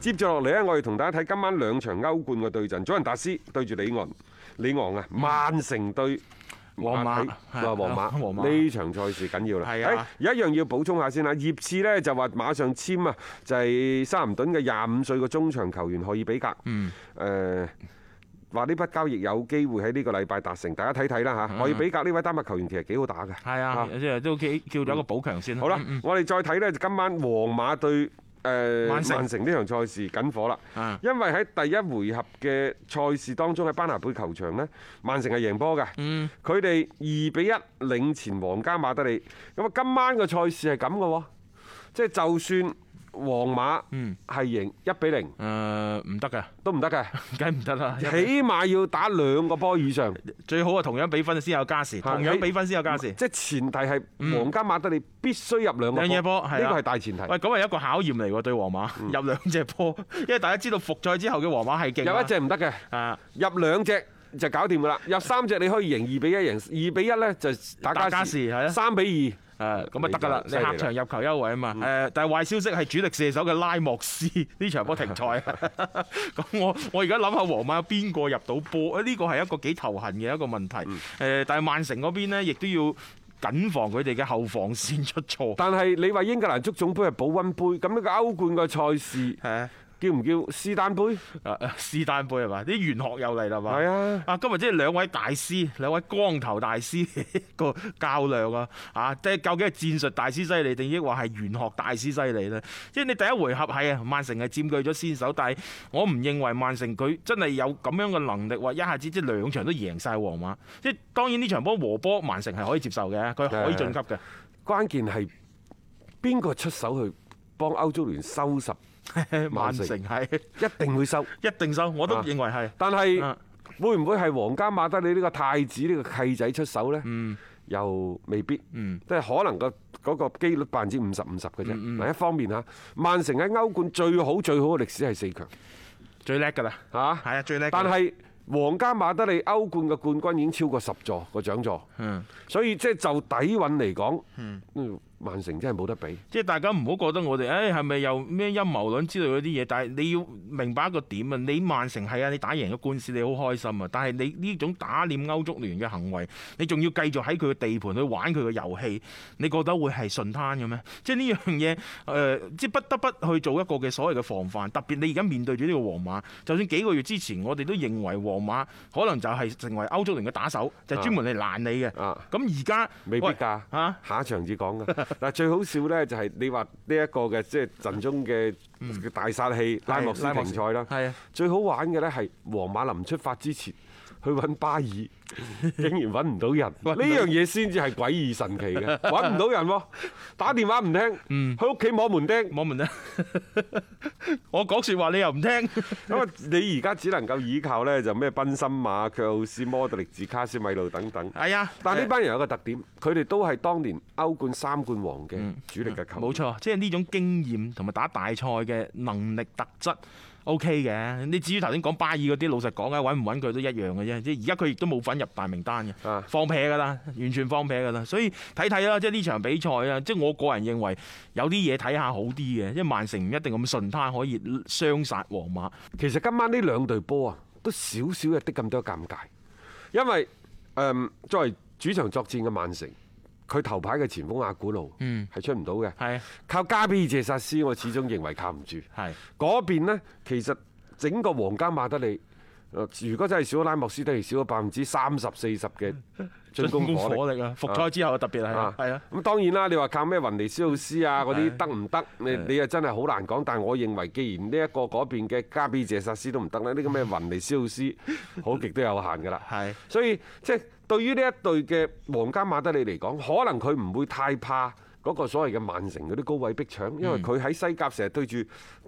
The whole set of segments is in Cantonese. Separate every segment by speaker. Speaker 1: 接住落嚟咧，我哋同大家睇今晚兩場歐冠嘅對陣，祖雲達斯對住里昂，里昂啊，曼城對
Speaker 2: 皇馬係
Speaker 1: 啊，皇
Speaker 2: 皇
Speaker 1: 馬
Speaker 2: 馬
Speaker 1: 呢場賽事緊要啦。
Speaker 2: 係啊
Speaker 1: 誒有一樣要補充下先啦，葉次呢就話馬上簽啊，就係沙林頓嘅廿五歲嘅中場球員可以比格。
Speaker 2: 嗯，
Speaker 1: 誒話呢筆交易有機會喺呢個禮拜達成，大家睇睇
Speaker 2: 嗯
Speaker 1: 啦嚇。可以比格呢位丹麥球員其實幾好打嘅。
Speaker 2: 係啊，即係都幾叫咗一個補強先
Speaker 1: 好啦
Speaker 2: 嗯，
Speaker 1: 我哋再睇呢，就今晚皇馬對誒
Speaker 2: 曼城
Speaker 1: 曼城呢場賽事緊火啦。
Speaker 2: 啊
Speaker 1: 因為喺第一回合嘅賽事當中喺班拿貝球場呢，曼城係贏波㗎。
Speaker 2: 嗯，
Speaker 1: 佢哋二比一領前皇家馬德里。咁啊，今晚嘅賽事係咁嘅喎，即係就算皇馬
Speaker 2: 嗯
Speaker 1: 係贏一比零
Speaker 2: 誒呃唔得嘅，
Speaker 1: 都唔得嘅，
Speaker 2: 梗唔 得啦。
Speaker 1: 起碼要打兩個波以 上。
Speaker 2: 最好啊，同樣比分先有加時，
Speaker 1: 嚇
Speaker 2: 同樣比分先有加時。
Speaker 1: 即係前提係皇家馬德里必須入兩個
Speaker 2: 兩隻嗯波係啊
Speaker 1: 呢個係大嗯前提。
Speaker 2: 喂，咁係一個考驗嚟喎，對皇馬入兩隻波，因為大家知道復賽之後嘅皇馬係勁啊。
Speaker 1: 有一隻唔得嘅，
Speaker 2: 啊，
Speaker 1: 入兩隻就搞掂㗎啦。入三隻你可以贏二比一，贏二比一呢就打
Speaker 2: 打
Speaker 1: 加
Speaker 2: 加
Speaker 1: 時，
Speaker 2: 時係啊。
Speaker 1: 三比
Speaker 2: 誒咁啊得㗎啦，
Speaker 1: 你就
Speaker 2: 你
Speaker 1: 犀利啦嗯
Speaker 2: 客場入球優惠啊嘛。誒，但係壞消息係主力射手嘅拉莫斯呢場波停賽 啊。 咁我我而家諗下皇馬有邊個入到波？呢個係一個幾頭痕嘅一個問題。
Speaker 1: 嗯
Speaker 2: 誒，但係曼城嗰邊呢，亦都要緊防佢哋嘅後防線出錯
Speaker 1: 二。。但係你話英格蘭足總杯係保温杯，咁呢個歐冠嘅賽事
Speaker 2: 係 啊
Speaker 1: 叫唔叫斯丹杯？
Speaker 2: 誒誒是但杯係嘛？啲玄學又嚟啦嘛。
Speaker 1: 係啊。
Speaker 2: 啊，今日即係兩位大師，兩位光頭大師 個較量啊！啊，即係究竟係戰術大師犀利，定抑或係玄學大師犀利呢？即係你第一回合係啊，曼城係佔據咗先手，但係我唔認為曼城佢真係有咁樣嘅能力，話一下子即係兩場都贏晒皇馬。即係當然呢場波和波，曼城係可以接受嘅，佢可以晉級嘅。
Speaker 1: 關鍵係邊個出手去幫歐洲聯收拾？曼
Speaker 2: 曼
Speaker 1: 城
Speaker 2: 城啊係
Speaker 1: 一定會收。
Speaker 2: 一定收，我都認為係。
Speaker 1: 但係
Speaker 2: 啊
Speaker 1: 會唔會係皇家馬德里呢個太子呢個契仔出手呢？又未必，
Speaker 2: 嗯
Speaker 1: 即係可能個嗰個機率百分之五十五十嘅啫。嗱、一方面嚇，曼城喺歐冠最好最好嘅歷史係四強
Speaker 2: 最叻㗎啦，
Speaker 1: 嚇，
Speaker 2: 係啊，最叻㗎啦。
Speaker 1: 但係皇家馬德里歐冠嘅冠軍已經超過十座個獎座，
Speaker 2: 嗯。
Speaker 1: 所以即係就底韻嚟講，曼城真係冇得比。
Speaker 2: 即係大家唔好覺得我哋，誒係咪又咩陰謀論之類嗰啲嘢？但係你要明白一個點啊，你曼城係啊，你打贏咗官司你好開心啊，但係你呢種打臉歐足聯嘅行為，你仲要繼續喺佢嘅地盤去玩佢嘅遊戲，你覺得會係順攤嘅咩？即係呢樣嘢，誒、呃即係不得不去做一個嘅所謂嘅防範。特別你而家面對住呢個皇馬，就算幾個月之前我哋都認為皇馬可能就係成為歐足聯嘅打手，就專門嚟攔你嘅。
Speaker 1: 啊
Speaker 2: 咁而家
Speaker 1: 未必
Speaker 2: 喂
Speaker 1: 㗎
Speaker 2: 嚇、啊
Speaker 1: 下一場至講 㗎。嗱，最好笑呢就係你話呢一個嘅即係陣中嘅大殺器拉莫斯
Speaker 2: 嗯拉
Speaker 1: 停
Speaker 2: 莫斯
Speaker 1: 賽啦。
Speaker 2: 係啊。
Speaker 1: 最好玩嘅呢係皇馬臨出發之前去揾巴 爾，竟然揾唔到人，
Speaker 2: 到
Speaker 1: 呢樣嘢先至係詭異神奇嘅，揾唔到人 喎，打電話唔
Speaker 2: 嗯
Speaker 1: 聽，去屋企摸門釘，
Speaker 2: 網民啊， 我講説話你又 唔聽，
Speaker 1: 咁啊你而家只能夠依靠呢就咩賓森馬、卻奧斯、摩特力治、卡斯米路等等。
Speaker 2: 係啊，
Speaker 1: 但哎呢班人有個特點，佢哋都係當年歐冠三冠王嘅
Speaker 2: 嗯
Speaker 1: 主力嘅球員
Speaker 2: 冇錯，即係呢種經驗同埋打大賽嘅能力特質 O K 嘅。你至於頭先講巴爾嗰啲，老實講啊，揾唔揾佢都一樣嘅啫。即係而家佢亦都冇份入大名單嘅
Speaker 1: 啊，
Speaker 2: 放屁㗎啦，完全放屁㗎啦。所以睇睇啦，即係呢場比賽啊，即係我個人認為有啲嘢睇下好啲嘅，因為曼城唔一定咁順攤可以雙殺皇馬。
Speaker 1: 其實今晚呢兩隊波啊，都少少有啲咁多尷尬，因為誒、嗯作為主場作戰嘅曼城，佢頭牌嘅前鋒阿古路
Speaker 2: 嗯
Speaker 1: 係出唔到嘅，
Speaker 2: 係啊
Speaker 1: 靠加比爾謝薩斯，我始終認為靠唔住。
Speaker 2: 係
Speaker 1: 嗰邊呢，其實整個皇家馬德里，呃如果真係少咗拉莫斯，都係少咗百分之三十四十嘅進攻火力。
Speaker 2: 力啊！復賽之後特別係
Speaker 1: 啊，
Speaker 2: 係啊，
Speaker 1: 咁當然啦，你話靠咩雲尼斯奧斯啊嗰啲得唔得？你你又真係好難講。但係我認為，既然呢一個嗰邊嘅加比謝薩斯都唔得咧，呢個咩雲尼斯奧斯好極都有限㗎啦。
Speaker 2: 係
Speaker 1: 所以即係對於呢一隊嘅皇家馬德里嚟講，可能佢唔會太怕嗰個所謂嘅曼城嗰啲高位逼搶，因
Speaker 2: 嗯
Speaker 1: 為佢喺西甲成日對住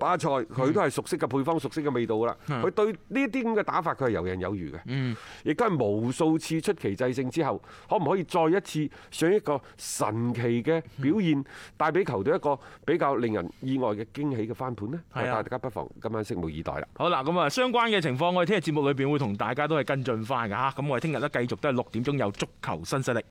Speaker 1: 巴塞，佢都係熟悉嘅配方、熟悉嘅味道㗎啦。
Speaker 2: 嗯
Speaker 1: 佢對呢啲咁嘅打法，佢係游刃有餘嘅，亦都係無數次出奇制勝之後，可唔可以再一次上一個神奇嘅表
Speaker 2: 嗯
Speaker 1: 現，帶俾球隊一個比較令人意外嘅驚喜嘅翻盤呢？
Speaker 2: 係啊
Speaker 1: 我帶大家不妨今晚拭目以待啦。
Speaker 2: 好啦，咁啊，相關嘅情況，我哋聽日節目裏邊會同大家都係跟進翻㗎吓。咁我哋聽日咧繼續都係六點鐘有足球新勢力。